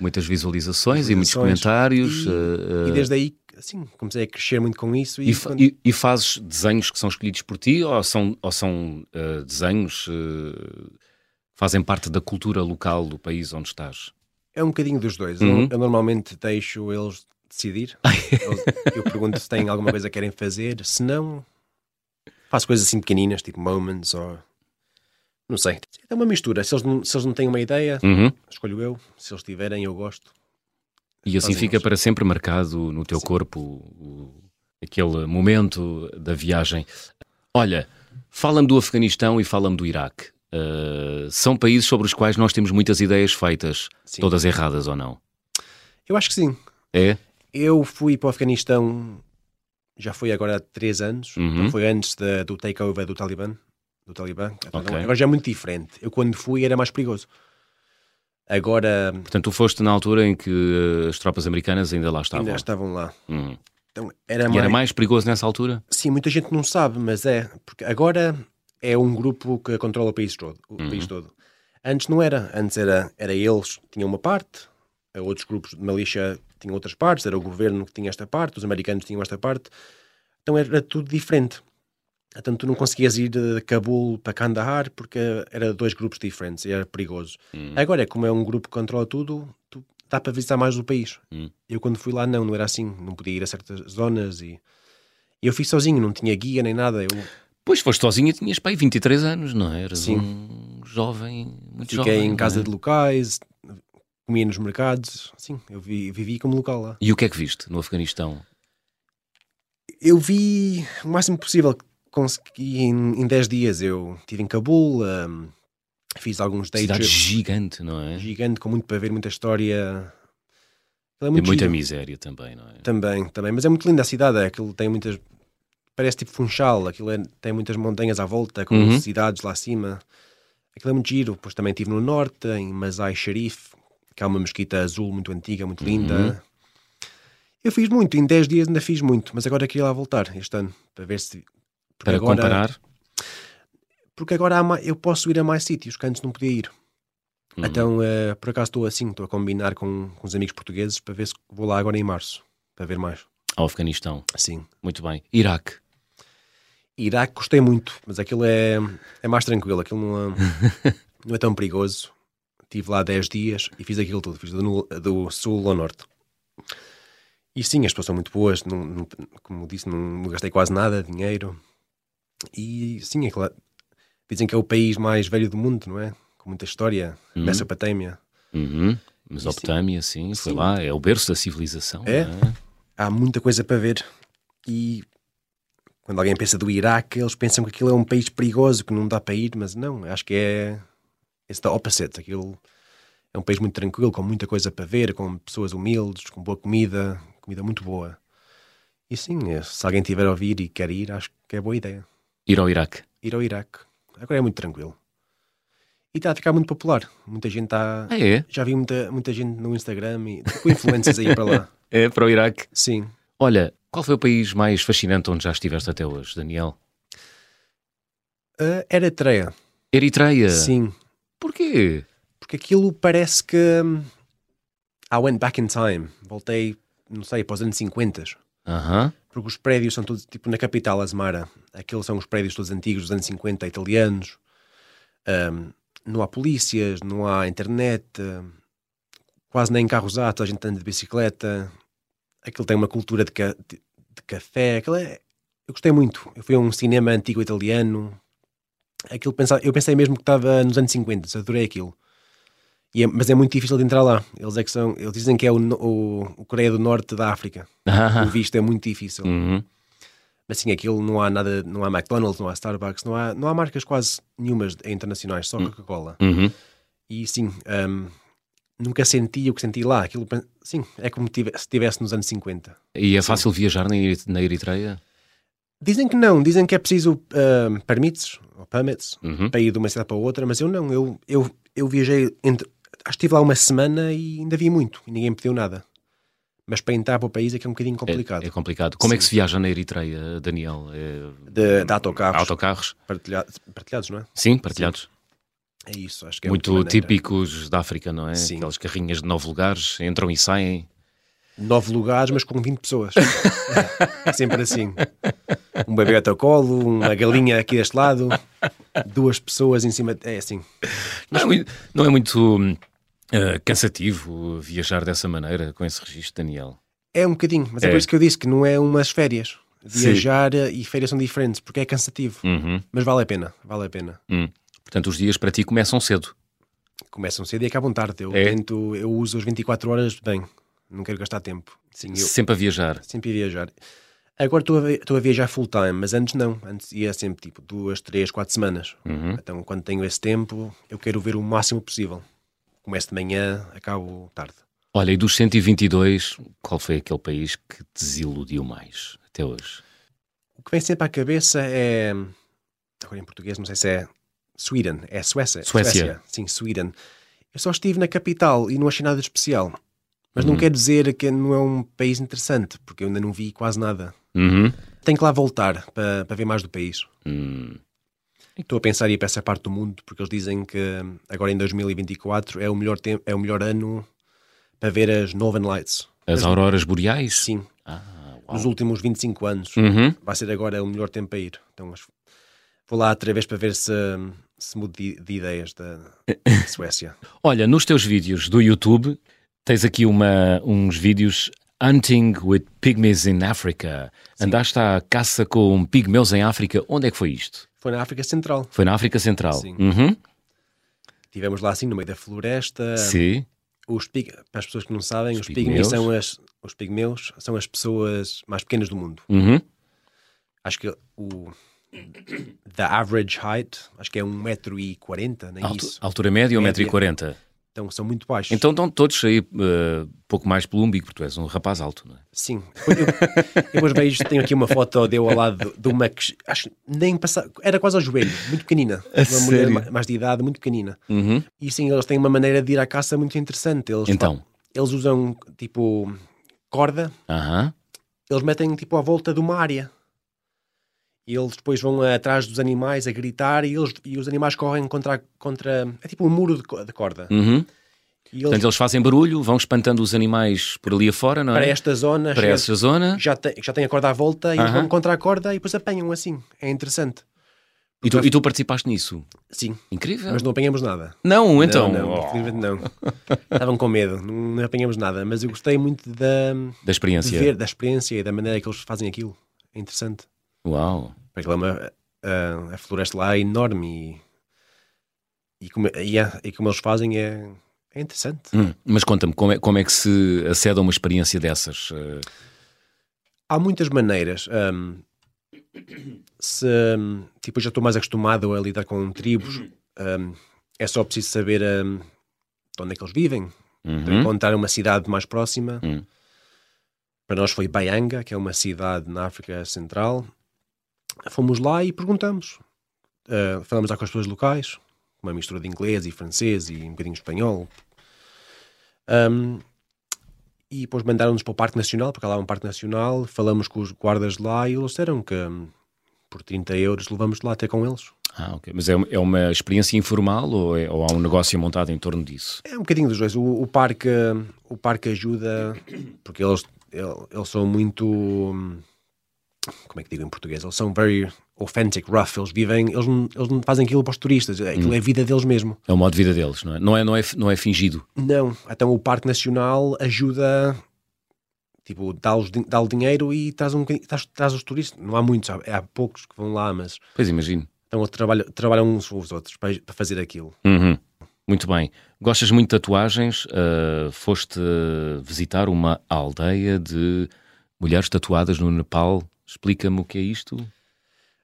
[SPEAKER 1] Muitas visualizações e muitos
[SPEAKER 2] Visualizações.
[SPEAKER 1] comentários.
[SPEAKER 2] E-
[SPEAKER 1] eh, eh,
[SPEAKER 2] E desde aí, assim, comecei a crescer muito com isso. E,
[SPEAKER 1] E, fa-
[SPEAKER 2] quando-
[SPEAKER 1] e- e fazes desenhos que são escolhidos por ti ou são, ou são eh, desenhos eh, que fazem parte da cultura local do país onde estás?
[SPEAKER 2] É um bocadinho dos dois.
[SPEAKER 1] Uhum.
[SPEAKER 2] Eu, eu normalmente deixo eles decidir. Eles- eu pergunto se têm alguma coisa que querem fazer. Se não, faço coisas assim pequeninas, tipo moments ou. Não sei. É uma mistura. Se eles não, se eles não têm uma ideia,
[SPEAKER 1] Uhum.
[SPEAKER 2] escolho eu. Se eles tiverem, eu gosto.
[SPEAKER 1] E assim
[SPEAKER 2] Fazem
[SPEAKER 1] fica
[SPEAKER 2] eles.
[SPEAKER 1] para sempre marcado no teu corpo o- o- aquele momento da viagem. Olha, fala-me do Afeganistão e fala-me do Iraque. Eh, são países sobre os quais nós temos muitas ideias feitas,
[SPEAKER 2] Sim.
[SPEAKER 1] todas erradas ou não.
[SPEAKER 2] Eu acho que sim.
[SPEAKER 1] É?
[SPEAKER 2] Eu fui para o Afeganistão, já foi agora há três anos.
[SPEAKER 1] Uhum.
[SPEAKER 2] Então foi antes da- do takeover do Talibã. Do Talibã. Então,
[SPEAKER 1] Ok.
[SPEAKER 2] Agora já é muito diferente. Eu quando fui era mais perigoso. Agora
[SPEAKER 1] Portanto, tu foste na altura em que eh, as tropas americanas ainda lá estavam.
[SPEAKER 2] ainda estavam lá.
[SPEAKER 1] Uhum.
[SPEAKER 2] Então, era,
[SPEAKER 1] E
[SPEAKER 2] mais,
[SPEAKER 1] era mais perigoso nessa altura?
[SPEAKER 2] Sim, muita gente não sabe, mas é. Porque agora é um grupo que controla o país todo. O
[SPEAKER 1] Uhum.
[SPEAKER 2] país todo. Antes não era. Antes era, era eles que tinham uma parte, eh, outros grupos de milícia tinham outras partes, era o governo que tinha esta parte, os americanos tinham esta parte. Então era tudo diferente. Então tu não conseguias ir de Cabul para Kandahar porque era dois grupos diferentes e era perigoso.
[SPEAKER 1] Hum.
[SPEAKER 2] Agora, como é um grupo que controla tudo, tu- dá para visitar mais o país.
[SPEAKER 1] Hum.
[SPEAKER 2] Eu quando fui lá não, não era assim. Não podia ir a certas zonas e... e Eu fui sozinho, não tinha guia nem nada. Eu
[SPEAKER 1] Pois foste sozinho e tinhas pai 23 anos, não é? Eras
[SPEAKER 2] Sim.
[SPEAKER 1] um jovem, muito
[SPEAKER 2] fiquei
[SPEAKER 1] jovem. não
[SPEAKER 2] em
[SPEAKER 1] é?
[SPEAKER 2] casa de locais, comia nos mercados. Sim, eu vi- vivi como local lá.
[SPEAKER 1] E o que é que viste no Afeganistão?
[SPEAKER 2] Eu vi o máximo possível que consegui em, em 10 dias. Eu estive em Cabul, hum, fiz alguns day
[SPEAKER 1] Cidade
[SPEAKER 2] trips
[SPEAKER 1] gigante, não é?
[SPEAKER 2] gigante, com muito para ver, muita história. Aquilo É
[SPEAKER 1] E muita
[SPEAKER 2] giro.
[SPEAKER 1] miséria também, não é?
[SPEAKER 2] Também, também. Mas é muito linda a cidade. Aquilo tem muitas. Parece tipo Funchal. Aquilo é- tem muitas montanhas à volta, com
[SPEAKER 1] Uhum.
[SPEAKER 2] cidades lá acima. Aquilo é muito giro. Pois também estive no norte, em Masai Sharif, que é uma mesquita azul muito antiga, muito linda.
[SPEAKER 1] Uhum.
[SPEAKER 2] Eu fiz muito. Em 10 dias ainda fiz muito. Mas agora queria lá voltar este ano, para ver se. porque
[SPEAKER 1] Para
[SPEAKER 2] agora-
[SPEAKER 1] comparar,
[SPEAKER 2] Porque agora há ma- eu posso ir a mais sítios que antes não podia ir.
[SPEAKER 1] Uhum.
[SPEAKER 2] Então, eh, por acaso estou assim, estou a combinar com, com os amigos portugueses para ver se vou lá agora em março, para ver mais.
[SPEAKER 1] ao Afeganistão.
[SPEAKER 2] Sim.
[SPEAKER 1] Muito bem. Iraque.
[SPEAKER 2] Iraque gostei muito, mas aquilo é, é mais tranquilo, aquilo não é, não é tão perigoso. Estive lá 10 dias e fiz aquilo tudo, fiz do, nu- do sul ao norte. E sim, as pessoas são muito boas, não- não- como disse, não, não gastei quase nada, de dinheiro. E sim, é claro, dizem que é o país mais velho do mundo, não é? Com muita história,
[SPEAKER 1] Uhum.
[SPEAKER 2] Mesopotâmia.
[SPEAKER 1] Uhum. Mesopotâmia, sim, foi
[SPEAKER 2] Sim.
[SPEAKER 1] lá, é o berço da civilização.
[SPEAKER 2] É?
[SPEAKER 1] não
[SPEAKER 2] Há muita coisa para ver. E quando alguém pensa do Iraque, eles pensam que aquilo é um país perigoso, que não dá para ir, mas não, acho que é it's the opposite. Aquilo é um país muito tranquilo, com muita coisa para ver, com pessoas humildes, com boa comida, comida muito boa. E sim, é, se alguém tiver a ouvir e quer ir, acho que é boa ideia.
[SPEAKER 1] Ir ao Iraque.
[SPEAKER 2] Ir ao Iraque. Agora é muito tranquilo. E está a ficar muito popular. Muita gente está.
[SPEAKER 1] Ah, é?
[SPEAKER 2] Já vi muita, muita gente no Instagram e tipo, influencers aí para lá.
[SPEAKER 1] É, para o Iraque.
[SPEAKER 2] Sim.
[SPEAKER 1] Olha, qual foi o país mais fascinante onde já estiveste até hoje, Daniel?
[SPEAKER 2] Ah, Eritreia.
[SPEAKER 1] Eritreia.
[SPEAKER 2] Sim.
[SPEAKER 1] Porquê?
[SPEAKER 2] Porque aquilo parece que. hum, I went back in time. Voltei, não sei, para os anos 50.
[SPEAKER 1] Aham.
[SPEAKER 2] Porque os prédios são todos, tipo, na capital, Asmara. Aqueles são os prédios todos antigos dos anos 50, italianos. Hum, não há polícias, não há internet, hum, quase nem carros há, toda a gente anda de bicicleta. Aquilo tem uma cultura de, ca- de- de café. Aquilo é- Eu gostei muito. Eu fui a um cinema antigo italiano. Aquilo pensa- Eu pensei mesmo que estava nos anos 50, adorei aquilo. E é- mas é muito difícil de entrar lá. Eles, é que são, eles dizem que é o, no- o- o Coreia do Norte da África.
[SPEAKER 1] Ah,
[SPEAKER 2] O visto é muito difícil.
[SPEAKER 1] uhum.
[SPEAKER 2] Mas sim, aquilo não há nada, não há McDonald's, não há Starbucks, não há, não há marcas quase nenhumas internacionais, só Coca-Cola.
[SPEAKER 1] Uhum.
[SPEAKER 2] E sim, hum, nunca senti o que senti lá. Aquilo, pen- sim, é como tive- se estivesse nos anos 50.
[SPEAKER 1] E é fácil viajar na Eri- na Eritreia?
[SPEAKER 2] Dizem que não, dizem que é preciso hum, permits, ou permits,
[SPEAKER 1] Uhum.
[SPEAKER 2] para ir de uma cidade para outra, mas eu não, eu, eu, eu viajei, entre, acho que estive lá uma semana e ainda vi muito, e ninguém me pediu nada. Mas para entrar para o país é que é um bocadinho complicado.
[SPEAKER 1] É, é complicado. Como é que
[SPEAKER 2] Sim.
[SPEAKER 1] se viaja na Eritreia, Daniel? É...
[SPEAKER 2] de, de autocarros
[SPEAKER 1] Autocarros?
[SPEAKER 2] partilha- partilhados, não é?
[SPEAKER 1] Sim, partilhados.
[SPEAKER 2] É isso, acho que é
[SPEAKER 1] Muito
[SPEAKER 2] outra maneira.
[SPEAKER 1] típicos da África, não é?
[SPEAKER 2] Sim.
[SPEAKER 1] Aquelas carrinhas de nove lugares, entram e saem.
[SPEAKER 2] Nove lugares, mas com 20 pessoas. É, Sempre assim. Um bebê ao teu colo, uma galinha aqui deste lado, duas pessoas em cima. É assim.
[SPEAKER 1] Não é muito, não é muito, hum, eh, cansativo viajar dessa maneira, com esse registro, Daniel?
[SPEAKER 2] É um bocadinho, mas é,
[SPEAKER 1] É.
[SPEAKER 2] por isso que eu disse que não é umas férias.
[SPEAKER 1] Sim.
[SPEAKER 2] Viajar eh, e férias são diferentes, porque é cansativo.
[SPEAKER 1] Uhum.
[SPEAKER 2] Mas vale a pena, vale a pena.
[SPEAKER 1] Hum. Portanto, os dias para ti começam cedo.
[SPEAKER 2] Começam cedo e acabam tarde. Eu
[SPEAKER 1] É.
[SPEAKER 2] tento, eu uso as 24 horas bem. Não quero gastar tempo. Sim, eu
[SPEAKER 1] Sempre a viajar.
[SPEAKER 2] sempre a viajar. Agora estou a, vi- estou a viajar full time, mas antes não. Antes ia sempre tipo duas, três, quatro semanas.
[SPEAKER 1] Uhum.
[SPEAKER 2] Então quando tenho esse tempo, eu quero ver o máximo possível. Começo de manhã, acabo tarde.
[SPEAKER 1] Olha, e dos 122, qual foi aquele país que te desiludiu mais até hoje?
[SPEAKER 2] O que vem sempre à cabeça é. Agora em português, não sei se é. Sweden. É Suécia.
[SPEAKER 1] Suécia.
[SPEAKER 2] Sim, Sweden. Eu só estive na capital e não achei nada de especial. Mas não quer dizer que não é um país interessante, porque eu ainda não vi quase nada.
[SPEAKER 1] Uhum.
[SPEAKER 2] Tenho que lá voltar para, para ver mais do país.
[SPEAKER 1] Hum.
[SPEAKER 2] Estou a pensar em ir para essa parte do mundo, porque eles dizem que agora em 2024 é o melhor, tempo, é o melhor ano para ver as Northern Lights.
[SPEAKER 1] As auroras boreais?
[SPEAKER 2] Sim,
[SPEAKER 1] Ah,
[SPEAKER 2] nos
[SPEAKER 1] uau.
[SPEAKER 2] últimos 25 anos.
[SPEAKER 1] Uhum.
[SPEAKER 2] Vai ser agora o melhor tempo para ir. Então acho- vou lá outra vez para ver se, se mudo de, de ideias da Suécia.
[SPEAKER 1] Olha, nos teus vídeos do YouTube, tens aqui uma, uns vídeos Hunting with Pygmies in Africa. Andaste à caça com pigmeus em África. Onde é que foi isto?
[SPEAKER 2] Foi na África Central.
[SPEAKER 1] Foi na África Central.
[SPEAKER 2] Sim.
[SPEAKER 1] Uhum.
[SPEAKER 2] Estivemos lá assim no meio da floresta.
[SPEAKER 1] Sim.
[SPEAKER 2] Os pig- para as pessoas que não sabem,
[SPEAKER 1] Os
[SPEAKER 2] os,
[SPEAKER 1] pigmeus.
[SPEAKER 2] pigmeus são as os pigmeus são as pessoas mais pequenas do mundo.
[SPEAKER 1] Uhum.
[SPEAKER 2] acho que o the average height acho que é 1,40m, nem
[SPEAKER 1] Altu-
[SPEAKER 2] isso.
[SPEAKER 1] altura média,
[SPEAKER 2] Média.
[SPEAKER 1] 1,40m.
[SPEAKER 2] Então são muito baixos.
[SPEAKER 1] Então estão todos aí eh, pouco mais pelo umbigo, porque tu és um rapaz alto, não é?
[SPEAKER 2] Sim. Eu, eu depois vejo, tenho aqui uma foto de eu ao lado de uma que acho nem passava, era quase ao joelho, muito pequenina. uma mulher
[SPEAKER 1] sério?
[SPEAKER 2] ma- mais de idade, muito pequenina. E sim, eles têm uma maneira de ir à caça muito interessante. Eles,
[SPEAKER 1] Então.
[SPEAKER 2] fa- eles usam tipo corda,
[SPEAKER 1] Aham.
[SPEAKER 2] eles metem tipo à volta de uma área. E eles depois vão atrás dos animais a gritar e, eles, e os animais correm contra, contra. É tipo um muro de, co- de corda.
[SPEAKER 1] Uhum.
[SPEAKER 2] E eles,
[SPEAKER 1] Portanto, eles fazem barulho, vão espantando os animais por ali afora, Então, não é?
[SPEAKER 2] para esta zona,
[SPEAKER 1] Para
[SPEAKER 2] chega-
[SPEAKER 1] essa zona.
[SPEAKER 2] já, tem, já tem a corda à volta e eles
[SPEAKER 1] Aham.
[SPEAKER 2] vão contra a corda e depois apanham assim. É interessante.
[SPEAKER 1] E tu, e tu participaste nisso?
[SPEAKER 2] Sim,
[SPEAKER 1] Incrível.
[SPEAKER 2] mas não apanhamos nada.
[SPEAKER 1] não, então.
[SPEAKER 2] Não, não,
[SPEAKER 1] Oh,
[SPEAKER 2] infelizmente não. Estavam com medo, não, não apanhamos nada. Mas eu gostei muito da,
[SPEAKER 1] da
[SPEAKER 2] de
[SPEAKER 1] experiência.
[SPEAKER 2] ver, da experiência e da maneira que eles fazem aquilo. É interessante.
[SPEAKER 1] Uau.
[SPEAKER 2] Porque lá é uma- a, a floresta lá é enorme e, e, como, e, é- e como eles fazem é, é interessante.
[SPEAKER 1] Hum, Mas conta-me, como é, como é que se acede a uma experiência dessas? Eh,
[SPEAKER 2] Há muitas maneiras. hum, se, hum, tipo, eu já estou mais acostumado a lidar com tribos, hum, é só preciso saber hum, de onde é que eles vivem. Então,
[SPEAKER 1] uhum.
[SPEAKER 2] encontrar uma cidade mais próxima.
[SPEAKER 1] Hum.
[SPEAKER 2] Para nós foi Baianga, que é uma cidade na África Central. Fomos lá e perguntamos. Ah, falamos lá com as pessoas locais, uma mistura de inglês e francês e um bocadinho de espanhol. Ahm, e depois mandaram-nos para o Parque Nacional, porque há lá um Parque Nacional. Falamos com os guardas de lá e eles disseram que hum, por 30 euros levamos lá até com eles.
[SPEAKER 1] Ah, ok. Mas é, é uma experiência informal ou, é- ou há um negócio montado em torno disso?
[SPEAKER 2] É um bocadinho dos dois. O, o parque, o parque ajuda porque eles, el- eles são muito. hum, Como é que digo em português? Eles são very authentic, rough. Eles vivem, eles não, eles não fazem aquilo para os turistas. Aquilo é a vida deles mesmo.
[SPEAKER 1] É o modo de vida deles, não é? Não é, não é, não é fingido.
[SPEAKER 2] Não. Então o Parque Nacional ajuda. Tipo, dá-lhes din- dá-lhe dinheiro e traz, um, bocadinho- traz, traz os turistas. Não há muitos, há, há poucos que vão lá, mas
[SPEAKER 1] Pois imagino.
[SPEAKER 2] então, eles trabalham, trabalham uns com os outros para, para fazer aquilo.
[SPEAKER 1] Uhum. Muito bem. Gostas muito de tatuagens? Uh, foste uh, visitar uma aldeia de mulheres tatuadas no Nepal. Explica-me o que é isto.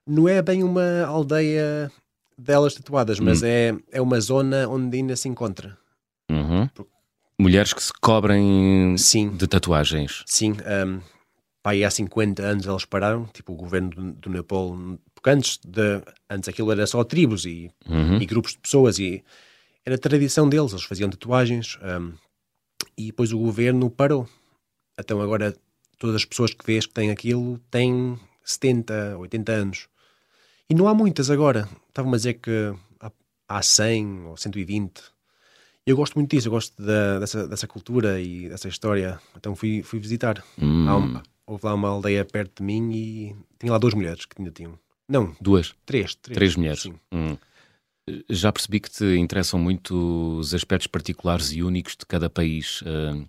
[SPEAKER 2] não é bem uma aldeia delas tatuadas, mas é, é uma zona onde ainda se encontra.
[SPEAKER 1] Uhum. Mulheres que se cobrem
[SPEAKER 2] Sim.
[SPEAKER 1] de tatuagens.
[SPEAKER 2] Sim, hum, pá, aí há 50 anos eles pararam, tipo o governo do, do Nepal, porque antes, de, antes aquilo era só tribos e,
[SPEAKER 1] Uhum.
[SPEAKER 2] e grupos de pessoas e era tradição deles, eles faziam tatuagens hum, e depois o governo parou. Então agora todas as pessoas que vês que têm aquilo têm 70, 80 anos. E não há muitas agora. Estavam a dizer que há, há 100 ou 120. Eu gosto muito disso, eu gosto da- dessa, dessa cultura e dessa história. Então fui, fui visitar.
[SPEAKER 1] Hum.
[SPEAKER 2] Há um- houve lá uma aldeia perto de mim e tinha lá duas mulheres que ainda tinham. Não,
[SPEAKER 1] Duas,
[SPEAKER 2] três.
[SPEAKER 1] três mulheres.
[SPEAKER 2] Sim.
[SPEAKER 1] Hum. Já percebi que te interessam muito os aspectos particulares e únicos de cada país. Ah,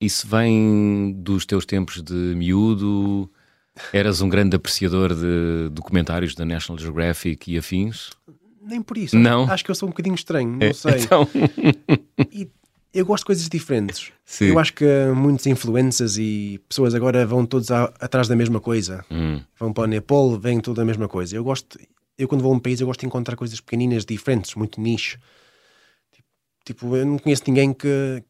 [SPEAKER 1] Isso vem dos teus tempos de miúdo? Eras um grande apreciador de documentários da National Geographic e afins?
[SPEAKER 2] Nem por isso.
[SPEAKER 1] Não.
[SPEAKER 2] Acho que eu sou um bocadinho estranho, não sei.
[SPEAKER 1] Então,
[SPEAKER 2] E eu gosto de coisas diferentes.
[SPEAKER 1] Sim.
[SPEAKER 2] Eu acho que muitos influencers e pessoas agora vão todos a- atrás da mesma coisa.
[SPEAKER 1] Hum.
[SPEAKER 2] Vão para o Nepal, vêm toda a mesma coisa. Eu gosto, eu quando vou a um país, eu gosto de encontrar coisas pequeninas, diferentes, muito nicho. Tipo, eu não conheço ninguém que,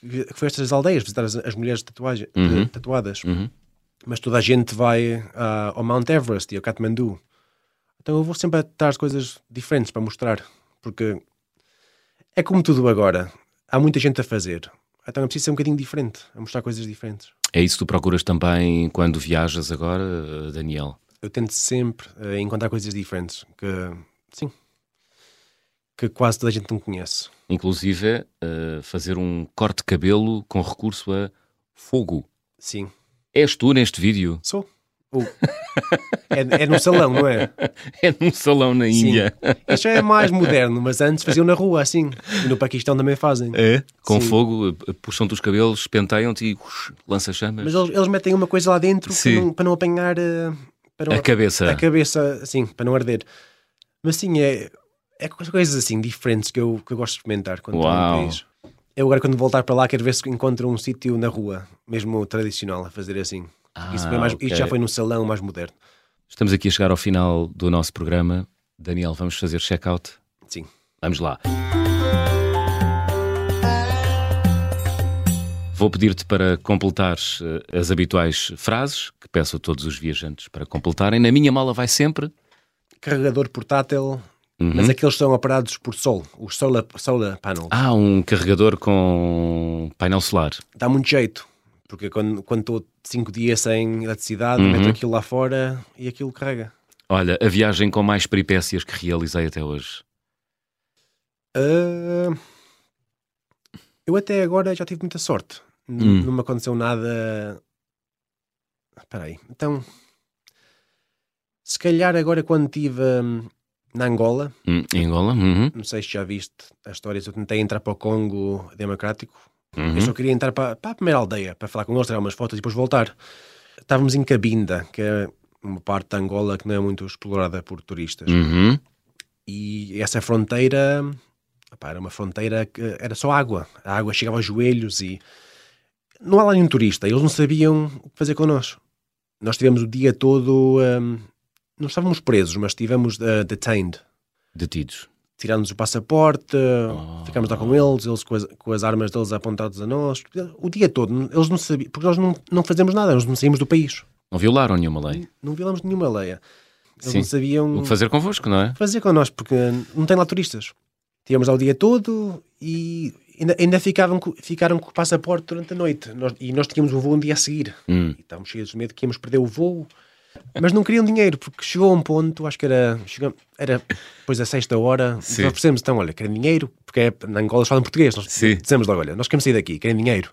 [SPEAKER 2] que que foi a estas aldeias visitar as, as mulheres de tatuagem, de-
[SPEAKER 1] Uhum.
[SPEAKER 2] tatuadas.
[SPEAKER 1] Uhum.
[SPEAKER 2] Mas toda a gente vai ah, ao Mount Everest e ao Kathmandu. Então eu vou sempre atrás de coisas diferentes para mostrar, porque é como tudo agora. Há muita gente a fazer. Então é preciso ser um bocadinho diferente, a mostrar coisas diferentes.
[SPEAKER 1] é isso que tu procuras também quando viajas agora, Daniel?
[SPEAKER 2] Eu tento sempre eh, encontrar coisas diferentes que, sim, que quase toda a gente não conhece.
[SPEAKER 1] Inclusive, eh, fazer um corte de cabelo com recurso a fogo.
[SPEAKER 2] Sim,
[SPEAKER 1] És tu neste vídeo?
[SPEAKER 2] sou. Ou- é, é num salão, não é?
[SPEAKER 1] É num salão na Índia.
[SPEAKER 2] Isto é mais moderno, mas antes faziam na rua, assim. E no Paquistão também fazem.
[SPEAKER 1] É? Com
[SPEAKER 2] Sim.
[SPEAKER 1] fogo, eh, puxam-te os cabelos, penteiam-te e uix, lança chamas.
[SPEAKER 2] Mas eles, eles metem uma coisa lá dentro que
[SPEAKER 1] Sim. É
[SPEAKER 2] não- para não apanhar eh, para não
[SPEAKER 1] a cabeça.
[SPEAKER 2] a cabeça, assim, para não arder. Mas sim, é, é co- coisas assim diferentes que eu, que eu gosto de experimentar quando estou
[SPEAKER 1] Uau.
[SPEAKER 2] no país. Eu agora, quando voltar para lá, quero ver se encontro um sítio na rua, mesmo tradicional, a fazer assim.
[SPEAKER 1] Ah,
[SPEAKER 2] isso foi mais,
[SPEAKER 1] ok.
[SPEAKER 2] Isto já foi num salão mais moderno.
[SPEAKER 1] Estamos aqui a chegar ao final do nosso programa. Daniel, vamos fazer check-out?
[SPEAKER 2] Sim.
[SPEAKER 1] Vamos lá. Vou pedir-te para completares eh, as habituais frases que peço a todos os viajantes para completarem. Na minha mala vai sempre.
[SPEAKER 2] Carregador portátil,
[SPEAKER 1] Uhum.
[SPEAKER 2] mas aqueles são operados por sol, os solar, solar panels.
[SPEAKER 1] Há um carregador com painel solar.
[SPEAKER 2] Dá muito jeito, porque quando quando estou cinco dias sem eletricidade, meto
[SPEAKER 1] Uhum.
[SPEAKER 2] aquilo lá fora e aquilo carrega.
[SPEAKER 1] Olha, a viagem com mais peripécias que realizei até hoje.
[SPEAKER 2] Ah, eu até agora já tive muita sorte. N-
[SPEAKER 1] Hum.
[SPEAKER 2] Não me aconteceu nada. Espera aí. Então, se calhar agora quando estive hum, na Angola,
[SPEAKER 1] Hum, em Angola? Uhum,
[SPEAKER 2] não sei se já viste as histórias, eu tentei entrar para o Congo Democrático.
[SPEAKER 1] uhum.
[SPEAKER 2] Eu só queria entrar para, para a primeira aldeia para falar com eles, tirar umas fotos e depois voltar. Estávamos em Cabinda, que é uma parte da Angola que não é muito explorada por turistas.
[SPEAKER 1] Uhum.
[SPEAKER 2] E essa fronteira epá, era uma fronteira que era só água. A água chegava aos joelhos e não há lá nenhum turista. Eles não sabiam o que fazer connosco. Nós tivemos o dia todo. hum, não estávamos presos, mas estivemos eh, detained.
[SPEAKER 1] Detidos.
[SPEAKER 2] Tiraram-nos o passaporte,
[SPEAKER 1] Oh.
[SPEAKER 2] ficámos lá com eles, eles com as, com as armas deles apontadas a nós. O dia todo, eles não sabiam, porque nós não, não fazemos nada, nós não saímos do país.
[SPEAKER 1] Não violaram nenhuma lei.
[SPEAKER 2] Não violamos nenhuma lei. Eles
[SPEAKER 1] Sim.
[SPEAKER 2] não sabiam
[SPEAKER 1] O que fazer convosco, não é?
[SPEAKER 2] fazer connosco, porque não tem lá turistas. Tivemos lá o dia todo e ainda, ainda ficavam, co- ficaram com o passaporte durante a noite. Nós- e nós tínhamos um voo um dia a seguir.
[SPEAKER 1] Hum.
[SPEAKER 2] E estávamos cheios de medo que íamos perder o voo. Mas não queriam dinheiro, porque chegou a um ponto, acho que era, chegam- era depois da sexta hora, nós
[SPEAKER 1] Sim.
[SPEAKER 2] oferecemos, então, olha, querem dinheiro, porque é, na Angola eles falam português, nós
[SPEAKER 1] Sim.
[SPEAKER 2] dizemos logo, olha, nós queremos sair daqui, querem dinheiro.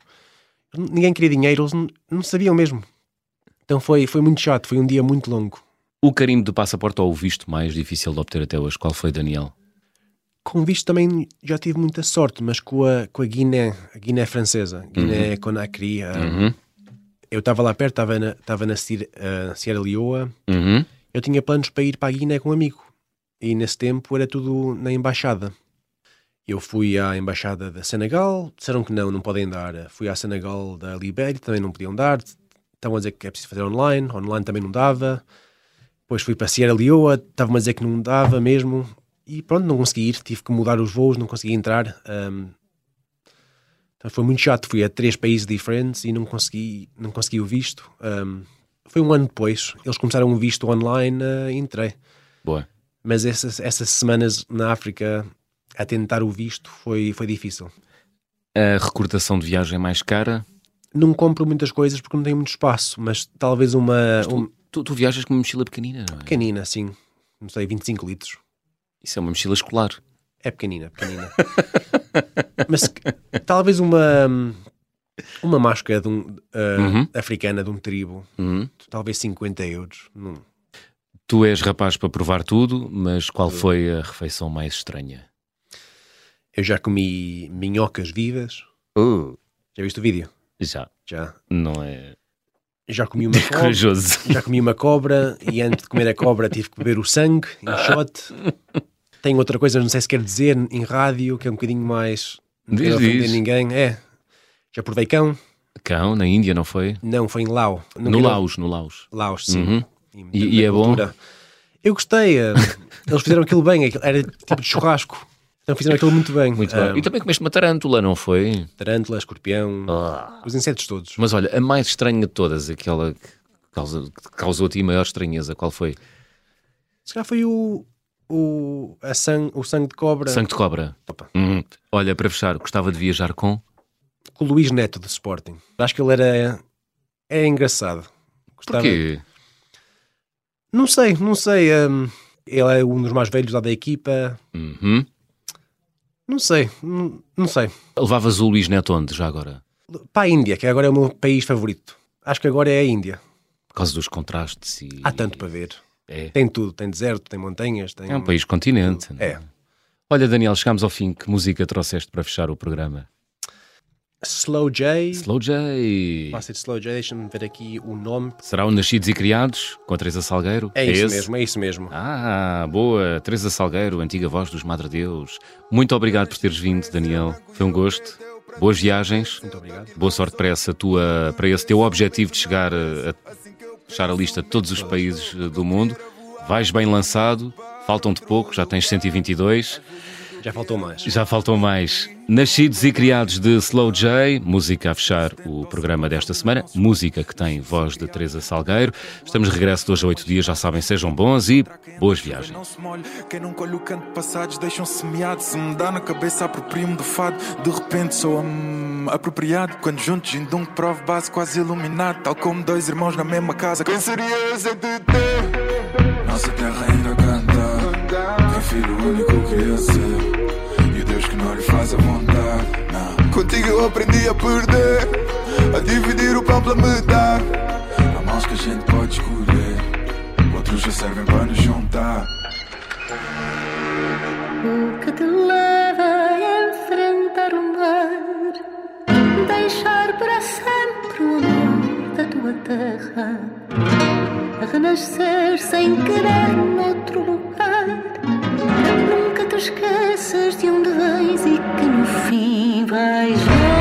[SPEAKER 2] Ninguém queria dinheiro, eles não, não sabiam mesmo. Então foi, foi muito chato, foi um dia muito longo.
[SPEAKER 1] O carimbo do passaporte ou o visto mais difícil de obter até hoje? Qual foi, Daniel?
[SPEAKER 2] com visto também já tive muita sorte, mas com a, com a Guiné, a Guiné francesa, Guiné-Conakry, ah,
[SPEAKER 1] Uhum.
[SPEAKER 2] eu estava lá perto, estava na, estava na Sir- ah, Sierra Leoa,
[SPEAKER 1] Uhum.
[SPEAKER 2] eu tinha planos para ir para a Guiné com um amigo, e nesse tempo era tudo na embaixada. Eu fui à embaixada da Senegal, disseram que não, não podem dar. Fui à Senegal da Libéria, também não podiam dar. Estavam a dizer que é preciso fazer online, online também não dava. Depois fui para Sierra Leoa, estavam a dizer que não dava mesmo. E pronto, não consegui ir, tive que mudar os voos, não consegui entrar. Ahm, então foi muito chato, fui a três países diferentes e não consegui, não consegui o visto. Ahm, foi um ano depois, eles começaram o visto online ah, e entrei.
[SPEAKER 1] Boa.
[SPEAKER 2] Mas essas, essas semanas na África a tentar o visto foi, foi difícil.
[SPEAKER 1] A recordação de viagem é mais cara?
[SPEAKER 2] Não compro muitas coisas porque não tenho muito espaço, mas talvez uma, um uma
[SPEAKER 1] Um- Tu, tu viajas com uma mochila pequenina, não é?
[SPEAKER 2] pequenina, assim, não sei, 25 litros.
[SPEAKER 1] Isso é uma mochila escolar.
[SPEAKER 2] É pequenina, pequenina. Mas se- talvez uma, uma máscara de um, ah,
[SPEAKER 1] Uhum.
[SPEAKER 2] africana de um tribo,
[SPEAKER 1] Uhum.
[SPEAKER 2] talvez 50 euros. Não.
[SPEAKER 1] Tu és rapaz para provar tudo, mas qual foi a refeição mais estranha?
[SPEAKER 2] Eu já comi minhocas vivas.
[SPEAKER 1] Uh.
[SPEAKER 2] Já viste o vídeo?
[SPEAKER 1] Já.
[SPEAKER 2] Já.
[SPEAKER 1] Não é
[SPEAKER 2] Já comi uma cobra.
[SPEAKER 1] corajoso.
[SPEAKER 2] Já comi uma cobra e antes de comer a cobra tive que beber o sangue, enxote. Tem outra coisa, não sei se quer dizer, em rádio, que é um bocadinho mais. Não
[SPEAKER 1] Diz,
[SPEAKER 2] quero
[SPEAKER 1] diz.
[SPEAKER 2] ofender ninguém. É. Já provei cão?
[SPEAKER 1] Cão, na Índia, não foi?
[SPEAKER 2] Não, foi em Lau. Não
[SPEAKER 1] no
[SPEAKER 2] quero-
[SPEAKER 1] Laos, no Laos.
[SPEAKER 2] Laos, sim.
[SPEAKER 1] Uhum.
[SPEAKER 2] da-
[SPEAKER 1] E- e
[SPEAKER 2] da
[SPEAKER 1] é bom?
[SPEAKER 2] cultura. Eu gostei. eh, Eles fizeram aquilo bem. aquilo- Era tipo de churrasco. Então fizeram aquilo muito bem.
[SPEAKER 1] Muito
[SPEAKER 2] Ah,
[SPEAKER 1] bem. E também comeste uma tarântula, não foi?
[SPEAKER 2] Tarântula, escorpião,
[SPEAKER 1] Ah.
[SPEAKER 2] os insetos todos.
[SPEAKER 1] Mas olha, a mais estranha de todas, aquela que causa- que causou a ti maior estranheza, qual foi?
[SPEAKER 2] Se calhar foi o, o, a sang, o sangue de cobra
[SPEAKER 1] Sangue de cobra.
[SPEAKER 2] Opa.
[SPEAKER 1] Uhum. Olha, para fechar, gostava de viajar com.
[SPEAKER 2] com o Luís Neto do Sporting. Acho que ele era, era engraçado. Gostava-
[SPEAKER 1] Porquê?
[SPEAKER 2] Não sei, não sei. hum, ele é um dos mais velhos lá da equipa.
[SPEAKER 1] Uhum.
[SPEAKER 2] Não sei, não, não sei.
[SPEAKER 1] Levavas o Luís Neto onde, já agora?
[SPEAKER 2] Para a Índia, que agora é o meu país favorito. Acho que agora é a Índia.
[SPEAKER 1] Por causa dos contrastes e.
[SPEAKER 2] Há tanto para ver.
[SPEAKER 1] É.
[SPEAKER 2] Tem tudo, tem deserto, tem montanhas, tem...
[SPEAKER 1] É um país continente. não
[SPEAKER 2] É.
[SPEAKER 1] Olha, Daniel, chegámos ao fim. Que música trouxeste para fechar o programa?
[SPEAKER 2] Slow J.
[SPEAKER 1] Slow J.
[SPEAKER 2] Vai ser Slow J, deixa-me ver aqui o nome.
[SPEAKER 1] Será o Nascidos e Criados com a Teresa Salgueiro?
[SPEAKER 2] É isso
[SPEAKER 1] esse?
[SPEAKER 2] mesmo, é isso mesmo.
[SPEAKER 1] Ah, boa. Teresa Salgueiro, antiga voz dos Madre Deus. Muito obrigado por teres vindo, Daniel. Foi um gosto. Boas viagens. Muito obrigado. Boa sorte para, essa tua, para esse teu objetivo de chegar eh, a fechar a lista de todos os países eh, do mundo. Vais bem lançado. Faltam-te pouco, já tens 122. Ah.
[SPEAKER 2] Já faltou mais.
[SPEAKER 1] Já faltou mais. Nascidos e criados de Slow J, música a fechar o programa desta semana, música que tem voz de Teresa Salgueiro. Estamos de regresso de hoje a oito dias, já sabem, sejam bons e boas viagens.
[SPEAKER 3] Não se molhe, quem não colhe o canto passados deixam semeado. Se me dá na cabeça, aproprio-me do fado. De repente sou hum, apropriado. Quando juntos indum prove base quase iluminado. Tal como dois irmãos na mesma casa. Quem seria esse de ter? Nossa terra ainda canta. Tem filho único que ia ser. E o Deus que não lhe faz a vontade. Não. Contigo eu aprendi a perder. A dividir o pão pela metade. Há mãos que a gente pode escolher. Outros já servem para nos juntar.
[SPEAKER 4] O que te leva a enfrentar o mar, deixar para sempre o amor da tua terra, a renascer sem querer noutro lugar. Nunca te esqueças de onde vens e que no fim vais ver.